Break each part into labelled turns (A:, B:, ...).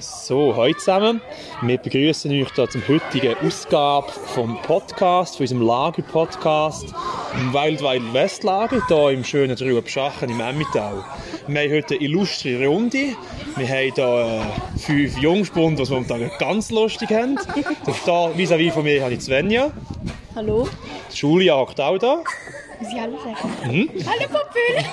A: So, hallo zusammen. Wir begrüßen euch hier zum heutigen Ausgabe vom Podcast, von unserem Lager-Podcast im Wild Wild West Lager, hier im schönen Trübschachen im Emmittal. Wir haben heute eine illustre Runde. Wir haben hier äh, fünf Jungspunde, die momentan ganz lustig haben. Und da, vis-à-vis von mir habe ich Svenja.
B: Hallo?
A: Die Julia hockt auch da.
B: Muss ich Hallo sagen?
A: Mhm.
B: Hallo Popöle!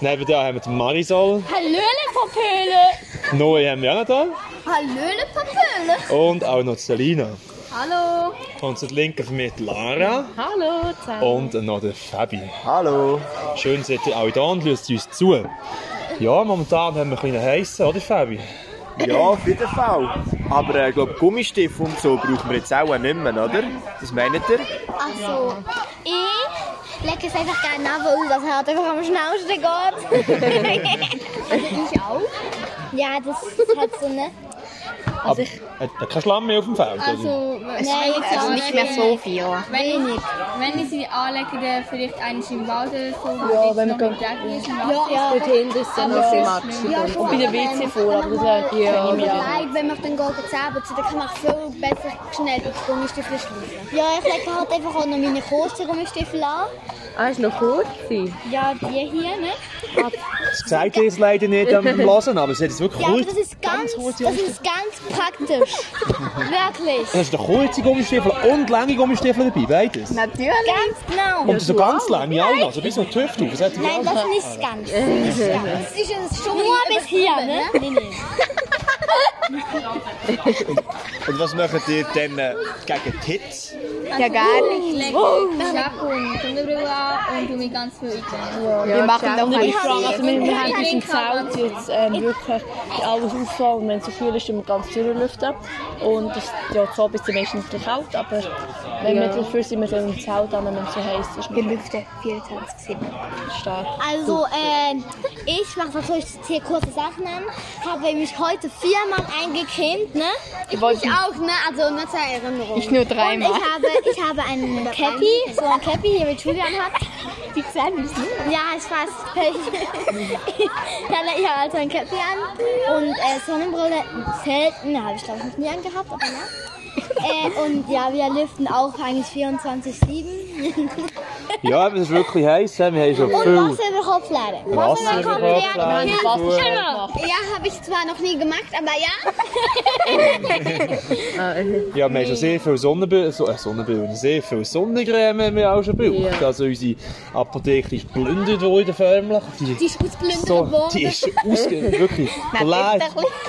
A: Neben da haben wir die Marisol.
B: Hallöle Popöle!
A: Noe haben wir auch noch da.
B: Hallöle Popöle!
A: Und auch noch die Selina.
B: Hallo!
A: Und zur linken von mir die Lara.
B: Hallo zusammen!
A: Und noch der Fabi.
C: Hallo.
A: Schön, seid ihr auch da und hört uns zu. Ja, momentan haben wir einen kleinen heissen, oder Fabi?
C: Ja, auf jeden Fall. Aber äh, ich glaube, Gummistift und so brauchen wir jetzt auch nicht mehr, oder? Das meint ihr?
D: Also, ich lege es einfach gerne ab, weil das halt einfach am schnellsten geht.
B: Ich auch?
D: ja, das hat so eine...
A: Also ich... Hat hat kein Schlamm mehr auf dem Feld, oder?
B: Also,
D: Nee,
B: wenn
D: jetzt
B: also
D: auch
B: nicht
D: nicht
B: mehr
D: mehr
B: so
D: so
B: viel.
E: Wenn ich, wenn ich sie anlege, dann vielleicht eines im Wald oder so. Ja, wenn man geht. Ja,
D: Ja,
F: Dort hinten ist dann noch viel Matsch. und bei der WC vor, aber das hat die auch nicht mehr.
D: Leid, wenn man dann geht, selber zu, dann kann man viel besser schnell die Gummistiefel schließen. Ja, ich lege halt einfach auch noch meine kurzen Gummistiefel an.
F: Ah, ist noch kurz?
D: Ja, die hier, ne?
A: Das zeigt ihr jetzt leider nicht am Hören, aber es hat jetzt wirklich
D: Ja, aber das
A: kurz...
D: ist ganz, das ist ganz praktisch. Wirklich.
A: Es ist eine kurze Gummistiefel und lange Gummistiefel dabei, beides.
F: Natürlich.
D: Ganz genau.
A: Und so ganz lange auch noch, so bis zum TÜV drauf. Es hat
D: Nein, das ist nicht ganz. Das ist schon Nur bis hier, ne?
C: Und was macht ihr denn äh, gegen die Hitze?
F: Ja, gar nicht.
E: Ich lege Schlepp und Sonnenbrille an und tu mich ganz viel einkleiden.
F: Wir machen doch nicht Fragen. Also wir, wir haben
E: Ich
F: uns im
E: trinke
F: Zelt jetzt ähm, wirklich alles aufgefahren. Wenn es so kühl ist, dann wir ganz durchlüften. Und es ja, so bis zum meisten natürlich kalt, aber wenn wir dafür sind, wir dann im Zelt an, wenn es so heiß ist. Wir lüften 24 Stark.
D: Also, äh, ich mache natürlich hier kurze Sachen an. Habe mich heute viermal eingecremt, ne?
F: Ich wollte
D: Auch, ne? Also nur zur Erinnerung.
F: nicht nur
D: Und ich habe, ich habe einen Cappy, so ein Cappy hier mit Julian hat. Die kleinen
F: ne?
D: Ja, ich weiß. Dann ich habe also ein Cappy an und äh, Sonnenbrille selten, habe ich glaube ich noch nie angehabt, aber ja. Äh, und ja, wir lüften auch eigentlich 24-7.
A: Ja, aber es ist wirklich heiß, wir haben schon
D: Und
A: viel
D: Wasser über Kopfladen.
A: Wasser
D: über
A: drauf.
D: Ja, habe ich zwar noch nie gemacht, aber ja.
A: Ja, wir haben schon sehr viel Sonnenbrillen, so, äh, Sonnenbrillen, sehr viel Sonnencreme haben wir auch schon gebraucht. Also unsere Apotheke ist geplündert worden, förmlich.
D: Die ist ausgeplündert
A: so,
D: worden.
A: Die ist ausge... wirklich geleit.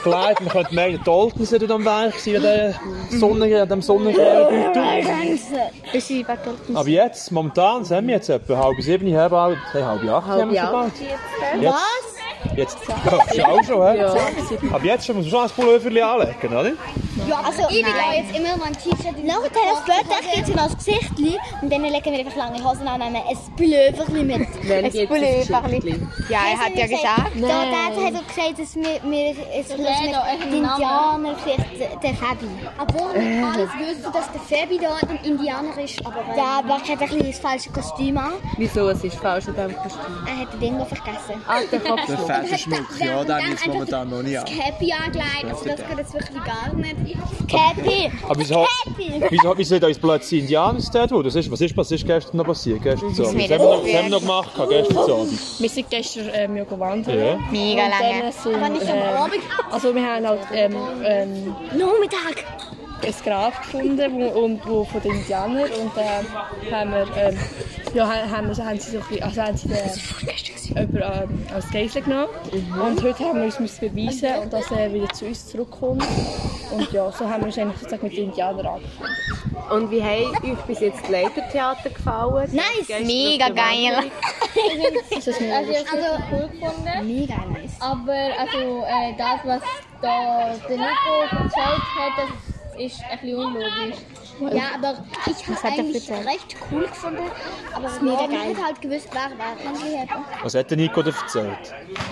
A: geleit. Man könnte meinen, die Daltons hätten am Werk sein an dieser Sonnencreme, an diesem Sonnencreme-Beutel. Aber jetzt, momentan, sind wir jetzt etwa halb sieben, halb acht, hey, halb acht haben wir schon bald.
D: Was?
A: Jetzt, ja, ist auch schon, hä? Aber jetzt schon- muss man schon ein Pulloverli anlegen, oder?
D: Ja, also ich will auch jetzt immer noch ein T-Shirt. Nachher später geht sie noch das Gesicht und dann legen wir einfach lange Hosen an und nehmen ein Blöverli mit.
B: Ja, er hat ja gesagt.
D: Da, da hat er gesagt, dass wir, wir es dass
E: wäre doch
D: wir
E: echt ein
D: die
E: Name.
D: Indianer eh, vielleicht der- der Fabi. Obwohl wir alles wissen, dass der Fabi da ein Indianer ist. Aber ja, aber er hat ein bisschen das falsche Kostüm an.
F: Wieso? Es ist falsch in diesem Kostüm.
D: Er hat den Dingo vergessen.
F: Ah, der Kopf.
C: Federschmuck, ja, den haben wir momentan noch nicht an.
D: Cappy angelegt, also das geht jetzt wirklich gar nicht. Cappy!
A: Aber wieso,
D: Happy.
A: wieso, wieso hat uns plötzlich Indianer gestellt worden? Was ist, was ist, was ist gestern noch passiert? Gestern Abend. Was haben wir noch, was haben wir noch gemacht? Gestern Abend.
F: Wir sind gestern ähm, ja gewandert.
A: Ja.
B: Mega lange.
F: Sind, Aber nicht am Abend. Also wir haben halt ähm, ähm,
D: Nachmittag!
F: ein Grab gefunden wo, und, wo von den Indianern und dann haben wir, ähm, ja, ha- haben, wir, haben sie so ein bisschen, also haben sie den, jemanden ähm, als Geisel genommen und heute haben wir uns müssen beweisen und dass er wieder zu uns zurückkommt und ja, so haben wir uns eigentlich sozusagen mit den Indianern angefangen.
G: Und wie haben euch bis jetzt die Leitertheater gefallen?
D: Nice!
B: Mega geil.
F: Ist das
E: Also,
F: mir
E: ich habe es cool gefunden.
D: Mega nice.
E: Aber also, äh, das, was da der Nico erzählt hat, das ist ein bisschen unlogisch.
D: Ja, aber ich habe eigentlich recht cool gefunden. Aber wenn mega geil. ich halt gewusst war, war es angehört.
A: Was hat der Nico dir erzählt?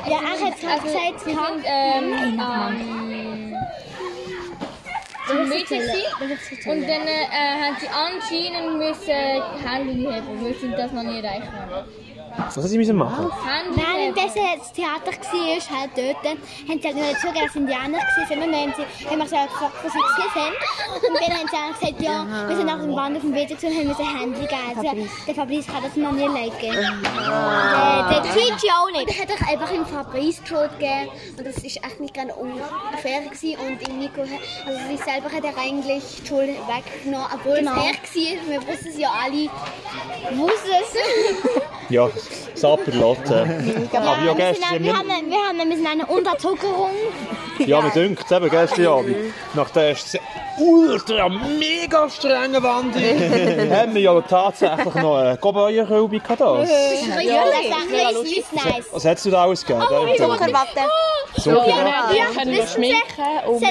D: Ja, er hat halt gesagt,
E: Also, Wir
D: wir haben...
E: sind ähm, ähm, im Mädchen gewesen. und dann äh, haben sie anscheinend müssen die Hände heben, weil sie das noch nie erreicht haben.
A: Was sie müssen machen?
D: Nein, das war das Theater, war halt dort. Dann haben sie halt nicht zugegeben, dass Indianer waren. Und dann haben, sie, haben wir sie halt gefragt, was sie gesehen haben. Und dann haben sie halt gesagt, ja, wir sind auf dem Band auf dem Weg und haben müssen Handy geben. Also, der Fabrice kann das noch nie liken. Der, der Twitch ja auch nicht.
H: Er hat euch einfach im Fabrice-Code gegeben und das ist echt nicht ganz unfair gewesen. und im Nico, also sich selber hat er eigentlich die Schuld weggenommen, obwohl
D: Genau.
H: es fair gewesen ist. wir wussten es ja alle, wussten es.
A: Ja, Sapper Lotte. Aber ja,
D: wir, sind,
A: gestern
D: auch- wir, haben, wir, haben, wir sind eine Unterzuckerung.
A: Ja, mir dünkt es eben gestern Abend. Nach der ersten ultra mega strengen Wanderung haben wir ja tatsächlich noch eine Kobäuerkühlbe gehabt. Was
D: Ja, das ist ein bisschen nice.
A: hättest du da alles gegeben?
B: Zuckerwatte.
F: Ja, wir können noch schminken und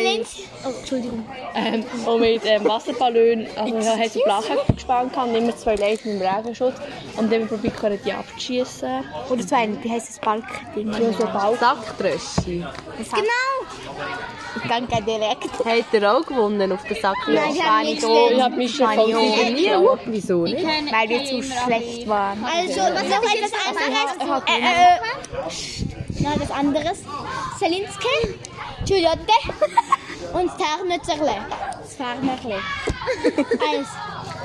D: Oh, Celine,
F: mit, ähm, und mit ähm, Wasserballon, also ich habe so Blachen gespannt, gehabt, und immer zwei Leute mit dem Regenschutz und dann probiert können die abzuschießen.
B: Oder so ein, wie heisst das Balkending?
F: Ja, so bald.
G: Sacktröschi.
D: genau.
B: Danke direkt.
G: Hat er auch gewonnen auf der Sacktröschi?
D: ich habe nichts
B: Spanisch.
F: Ich habe mich schon voll
G: Ja, nie. auf. Wieso nicht?
B: Weil wir zu schlecht waren.
D: Also, was noch etwas anderes? Äh, äh, noch etwas anderes. Selinski, Giulotte und Tarnützerle. Das Farmerle. Alles.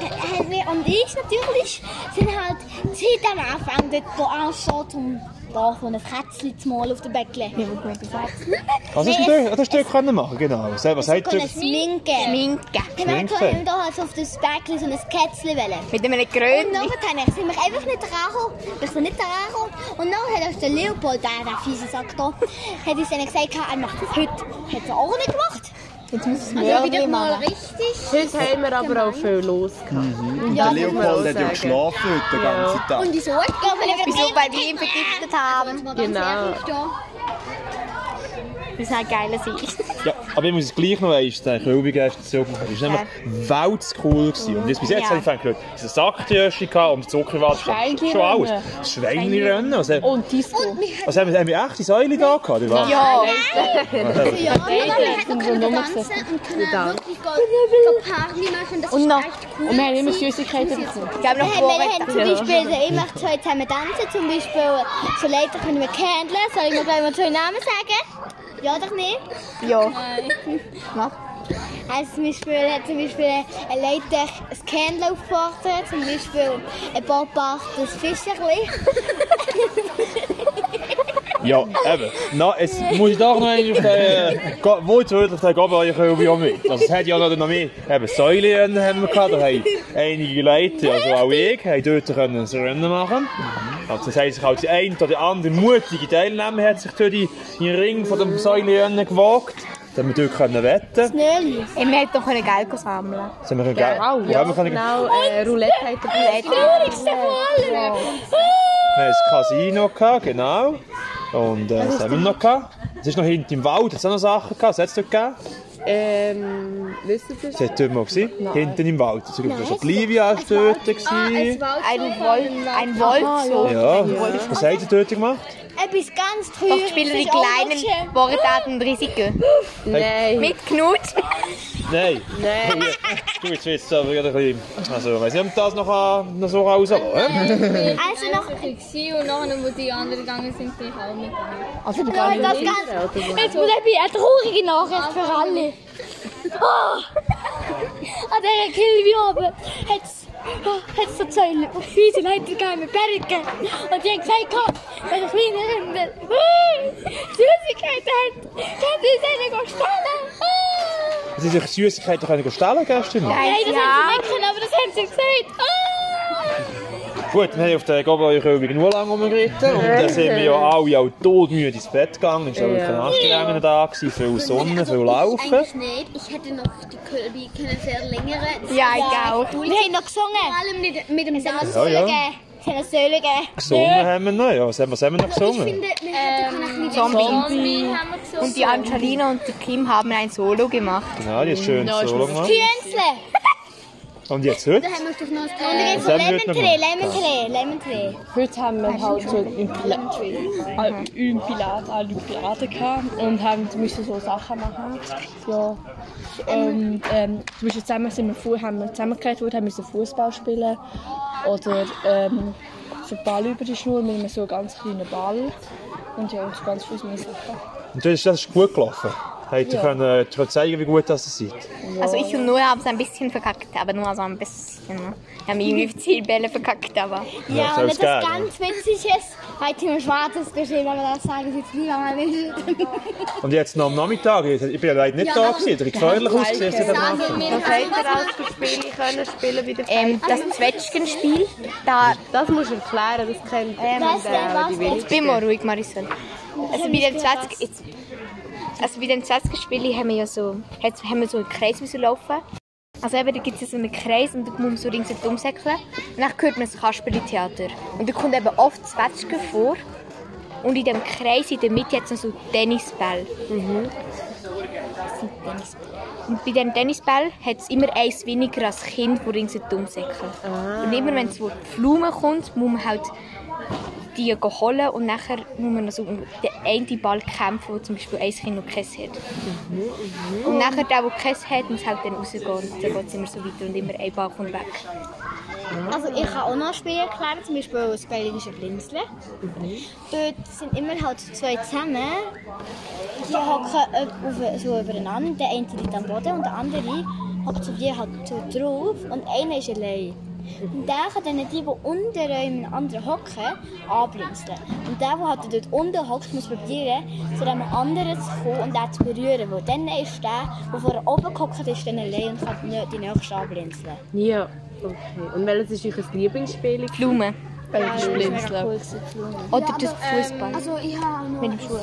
D: Äh, äh, wir Und ich natürlich sind halt seit am Anfang dort angeschaut, um da von einem Kätzchen zu malen auf der Bäckle.
A: Was hast du da- das hast du da können machen Genau. Was was
D: Wir
A: hat
D: können
A: ihr?
D: schminken.
B: Minken.
D: Wir
A: Schminken.
D: können da halt auf das Bäckle so ein Kätzchen wählen.
B: Mit einem
D: Und
B: Grönen.
D: nachher sind wir einfach nicht dran Ich bin nicht dran Und nachher ist der Leopold, der, der fiese Sack hier, hat uns dann gesagt, er macht das heute. Hat er auch nicht gemacht.
H: Also wieder mal richtig.
G: Heute haben wir aber auch viel los.
A: Mhm.
C: der Leopold hat ja
G: sagen.
C: geschlafen heute den ganzen Tag.
H: Und wieso?
D: Ja, weil wir
B: Wieso? Weil wir ihn vergiftet
D: Also
B: haben.
G: Genau.
B: Das war ein geiler Sieg.
A: Ja, aber ich muss es gleich noch eins sagen. Kühlbe gestern zurückmachen. Es war nämlich weltcool. gewesen. Und jetzt bis jetzt
B: Ja.
A: habe ich gedacht, es ist eine Sacktröschi gehabt und Zuckerwatte. Schon alles. Das Schweinrennen. Also,
F: Und Disco.
A: also haben wir, haben wir echt die Säule da gehabt? Oder was?
B: Ja.
H: Ja, und wir hätten
F: sind so
H: können tanzen und können wirklich go- go Party machen. Das
B: Und
H: ist
B: noch-
H: echt cool.
F: Und wir haben immer Süßigkeiten bekommen.
B: Ich habe noch
D: haben, wir haben
B: Vorwärts.
D: zum Beispiel, also ich mache zwei zusammen tanzen, zum Beispiel, so Leute können wir candeln, soll ich mir gleich mal zwei Namen sagen? Ja oder nicht?
B: Ja.
D: Also zum Beispiel hat zum Beispiel ein Leiter ein Candle aufgebracht, zum Beispiel ein Papa das Fischerli.
A: Ja, eben. Na, jetzt muss ich doch noch einmal auf den... Go- Wohltötlich den Gabelkühlbe auch mit. Also es hat ja noch, noch mehr... Eben Säulenrennen haben wir gehabt. Da haben einige Leute, also auch ich, haben dort können ein Rennen machen Also das heisst, halt die eine oder die andere mutige Teilnehmer hat sich durch die- den Ring von dem Säulenrennen gewagt. Dann haben wir dort können wetten.
D: Nöli.
B: Ey, Wir hätten noch Geld sammeln
A: Das haben wir können... Ja, ja, wir können...
G: Genau, äh, Roulette hat er gewonnen.
A: Wir haben ein Casino gehabt, genau. Und äh, das haben wir noch gehabt. Es ist noch hinten im Wald, hat es auch noch Sachen gehabt. Was hat es dort gegeben?
G: Ähm, wisst ihr das?
A: Das war dort mal. gewesen, Hinten im Wald. Also, Nein, also, die Livia war dort. gewesen.
B: Ein Wolf. Ein Wolf so.
A: Ja, was hat sie dort gemacht?
D: Etwas ganz
B: Doch
D: Teures.
B: spielen die
D: ist auch noch schön.
B: kleinen Sportarten Risiken.
G: Nein,
B: Mit Knut.
A: Nein.
G: nein.
A: Du, jetzt willst du aber wieder ein bisschen... Also, weiss ich, ob das noch, an- noch so rauskommt.
D: Also noch
E: war und nachher, wo die anderen gegangen sind, bin ich auch mitgegangen.
D: Leute, das ganz. Jetzt muss ich eine traurige Nachricht für alle. Oh, an dieser oh, Kilby oben hat es so zwei fiese Leute gegeben mit Bergen. Und die haben gesagt, komm, wenn ich meine Hunde Süßigkeiten hat, kann sie es ihnen stellen. Oh.
A: Sie sich Süßigkeiten können stellen gestern. Ja.
D: Nein,
B: Ein
D: das
B: Jahr.
D: haben sie nicht können, aber das haben sie gesagt. Oh.
F: Ah!
A: Gut, wir haben auf der Gobelin-Kühlung nur lange rumgeritten. Und dann sind wir ja alle auch todmüde ins Bett gegangen. Es war wirklich ein anstrengender Tag, gewesen, viel Sonne, viel Laufen.
H: also Ich eigentlich nicht. Ich hätte noch die Kölbi können verlängern. Das
B: Ja,
H: ist
B: ich auch.
H: cool.
D: Wir haben noch
H: Vor
D: gesungen.
H: allem mit, mit dem Dance.
A: Ja, ja.
D: Sie haben Söhle gegeben.
A: Gesungen haben wir noch, ja. Was haben wir, was haben wir noch
H: Ich
A: gesungen?
H: finde, wir hätten ähm, ein bisschen
B: Zombie.
E: Zombie haben wir gesungen.
B: Und die Angelina und die Kim haben ein Solo gemacht.
A: Genau, Nou, die hat schön Solo gemacht.
D: Künstler.
A: Und jetzt heute?
H: Da haben wir doch noch ein
D: Und jetzt
A: Das haben wir
D: Lemon
A: heute noch gemacht.
D: Tree, Lemon Tree, Lemon Tree.
F: Heute haben wir halt so einen Pilat, einen Pilat, einen Pilaten gehabt und haben müssen so Sachen machen. Ja. Und ähm, zum Beispiel zusammen sind wir, Fu- haben wir zusammengeredet, haben wir müssen Fußball spielen oder ähm,
I: so einen Ball über die Schnur mit einem so ganz kleinen Ball. Und ja, und so ganz viele meine Sachen.
A: Und das ist, das ist gut gelaufen. Habt ihr
I: Ja.
A: können, äh, können zeigen, wie gut das ihr seid?
F: Also ich und Noah haben es ein bisschen verkackt, aber nur so ein bisschen. ne? Wir haben irgendwie viele Bälle verkackt, aber
J: und
A: Ja, das
J: das
A: ist geil,
J: ganz witzig ist, bei Team Schwarzes geschrieben, aber das sage ich jetzt lieber mal nicht.
A: Und jetzt noch am Nachmittag, ich bin ja leider nicht da gewesen, oder gefährlich ausgesehen. als ihr das macht.
G: Was habt ihr alles für Spiele können spielen bei der
F: ähm, das Zwetschgenspiel, da
G: Das musst du erklären, das kennt
F: Ähm,
G: das
E: was-
G: die wenigsten.
F: bin mal ruhig, Marisol. Also bei dem Zwetschgen, jetzt- also bei dem Zwetschgenspiel haben wir ja so, jetzt haben wir so einen Kreis müssen laufen. Also eben, da gibt es so einen Kreis und da muss man so ringsherum säckeln. Und dann hört man das Kasperli-Theater. Und da kommt eben oft Zwetschgen vor. Und in dem Kreis in der Mitte hat es noch so Tennisbälle. Das sind Tennisbälle. Und bei dem Tennisball hat es immer eins weniger als Kind, das ringsherum säckelt. Und immer wenn es Wort Pflaume kommt, muss man halt die holen und nachher muss man noch so um den einen Ball kämpfen, wo zum Beispiel ein Kind noch Käse hat. Und nachher der, der Käse hat, muss halt dann rausgehen und dann geht es immer so weiter und immer ein Ball kommt weg.
E: Also ich kann auch noch Spiele erklären, zum Beispiel das belgische Blinzeln. Dort sind immer halt zwei zusammen, die hocken öb- auf- so übereinander, der eine liegt am Boden und der andere hockt so wie halt so drauf und einer ist allein. Und der kann dann die, die unter einem anderen hocken, anblinzeln. Und der, der halt dort unten hockt, muss probieren, zu dem anderen zu kommen und den zu berühren. Weil dann ist der, der vorher oben gehockt ist, dann allein und kann nicht die nächste anblinzeln.
G: Ja, okay. Und welches ist euer Lieblingsspiel?
F: Blumen.
I: Belgisch Blinzeln.
F: Oder das Fußball.
D: Also ich habe auch noch,
F: mit dem Schuh.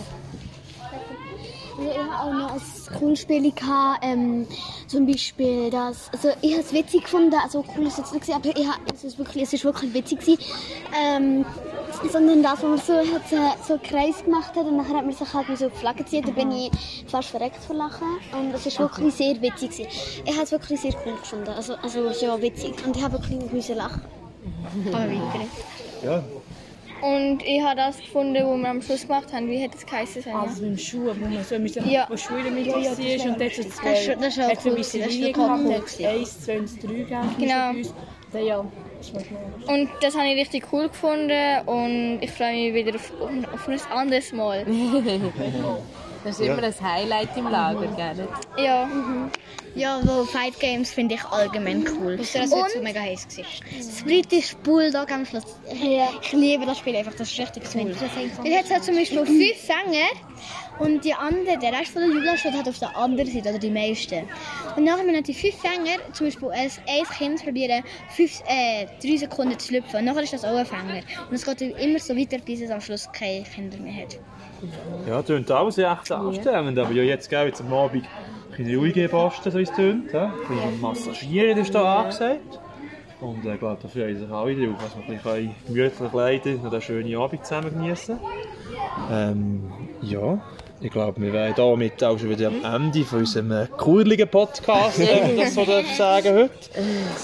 D: also ich habe auch noch ein cooles Spiel gehabt, ähm, zum Beispiel das, also ich habe es witzig gefunden, also cool ist es jetzt nicht, gewesen, aber ich habe, es ist wirklich, es ist wirklich witzig gewesen, ähm, sondern das, wo man so, hat, so- so einen Kreis gemacht hat und nachher hat man sich halt mit so Flaggen gezogen, da bin ich fast verreckt vor Lachen und es ist wirklich sehr witzig gewesen. Ich habe es wirklich sehr cool gefunden, also, also ja, witzig und ich habe wirklich müssen lachen.
A: Ja.
E: Und ich habe das gefunden, was wir am Schluss gemacht haben. Wie hat es geheißen? Sonja?
I: Also mit dem Schuh, wo man so müssen,
E: Ja.
I: wo Schuhe damit ja, war und dort so zwei.
E: Das ist- das ist auch
I: hat es
E: cool
I: ein bisschen
E: gewesen, das ist
I: Linie
E: total
I: gehabt,
E: cool
I: hat es
E: gewesen.
I: eins, zwei und drei gegeben.
E: Genau.
I: zum Beispiel bei uns. Dann ja, das war cool.
E: Und das habe ich richtig cool gefunden und ich freue mich wieder auf, auf ein anderes Mal.
G: Das ist immer ein Highlight im Lager, gell?
E: Ja,
D: Ja, so Fight Games finde ich allgemein cool.
F: Ausser, dass es so mega heiß war.
D: Das britische Bulldog am Schluss. Ich liebe das Spiel einfach, das ist richtig cool.
E: ich hätte halt zum Beispiel
D: Fünf Fänger und die andere, der Rest von der Jubelstadt hat auf der anderen Seite, oder die meisten. Und nachher haben die fünf Fänger, zum Beispiel als ein Kind probieren, fünf, äh, drei Sekunden zu schlüpfen. Und nachher ist das auch ein Fänger. Und es geht immer so weiter, bis es am Schluss keine Kinder mehr hat.
A: Ja, tönt auch sehr echt anstrengend, aber ja, jetzt, gell, jetzt am Abend ein bisschen ruhige Posten, so wie es tönt. hä? Ein bisschen Massagieren ist da angesagt. Und äh, ich glaube, da freuen sich alle drauf, dass wir ein bisschen gemütlich leiden und einen schönen Abend zusammen genießen Ähm, ja, ich glaube, wir wären damit auch schon wieder am Ende von unserem äh, kurligen Podcast, wenn man das so darf sagen heute.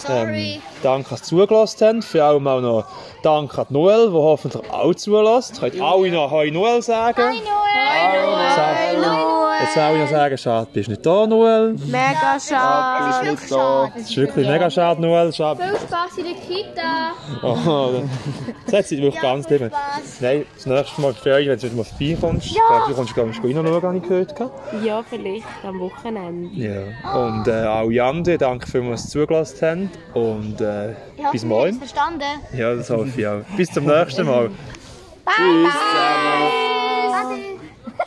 A: Ähm, danke, dass ihr zugelassen habt. Vor allem auch noch danke an die Noel, die hoffentlich auch zulässt. Könnt alle noch Hoi Noel sagen. Hoi Noel! Hoi Noel! Jetzt soll ich noch sagen, schade, bist nicht da, Noel.
G: Mega schade.
K: ist nicht da.
A: Es ist wirklich mega schade, Noel. Schade.
E: viel Spaß in der Kita.
A: Oh, das hat sie wirklich ganz lieb. Nein, das nächste Mal für euch, wenn du wieder mal vorbeikommst. Ja. Ich glaube, du kommst gar nicht reinschauen, habe ich gehört. gehabt.
G: Ja, vielleicht am Wochenende.
A: Ja.
E: Ah.
A: Und äh, alle anderen, danke vielmals, dass ihr zugelassen habt. Und äh, bis morgen.
E: Verstanden.
A: Ja, das hoffe ich auch. Bis zum nächsten Mal.
K: Tschüss zusammen.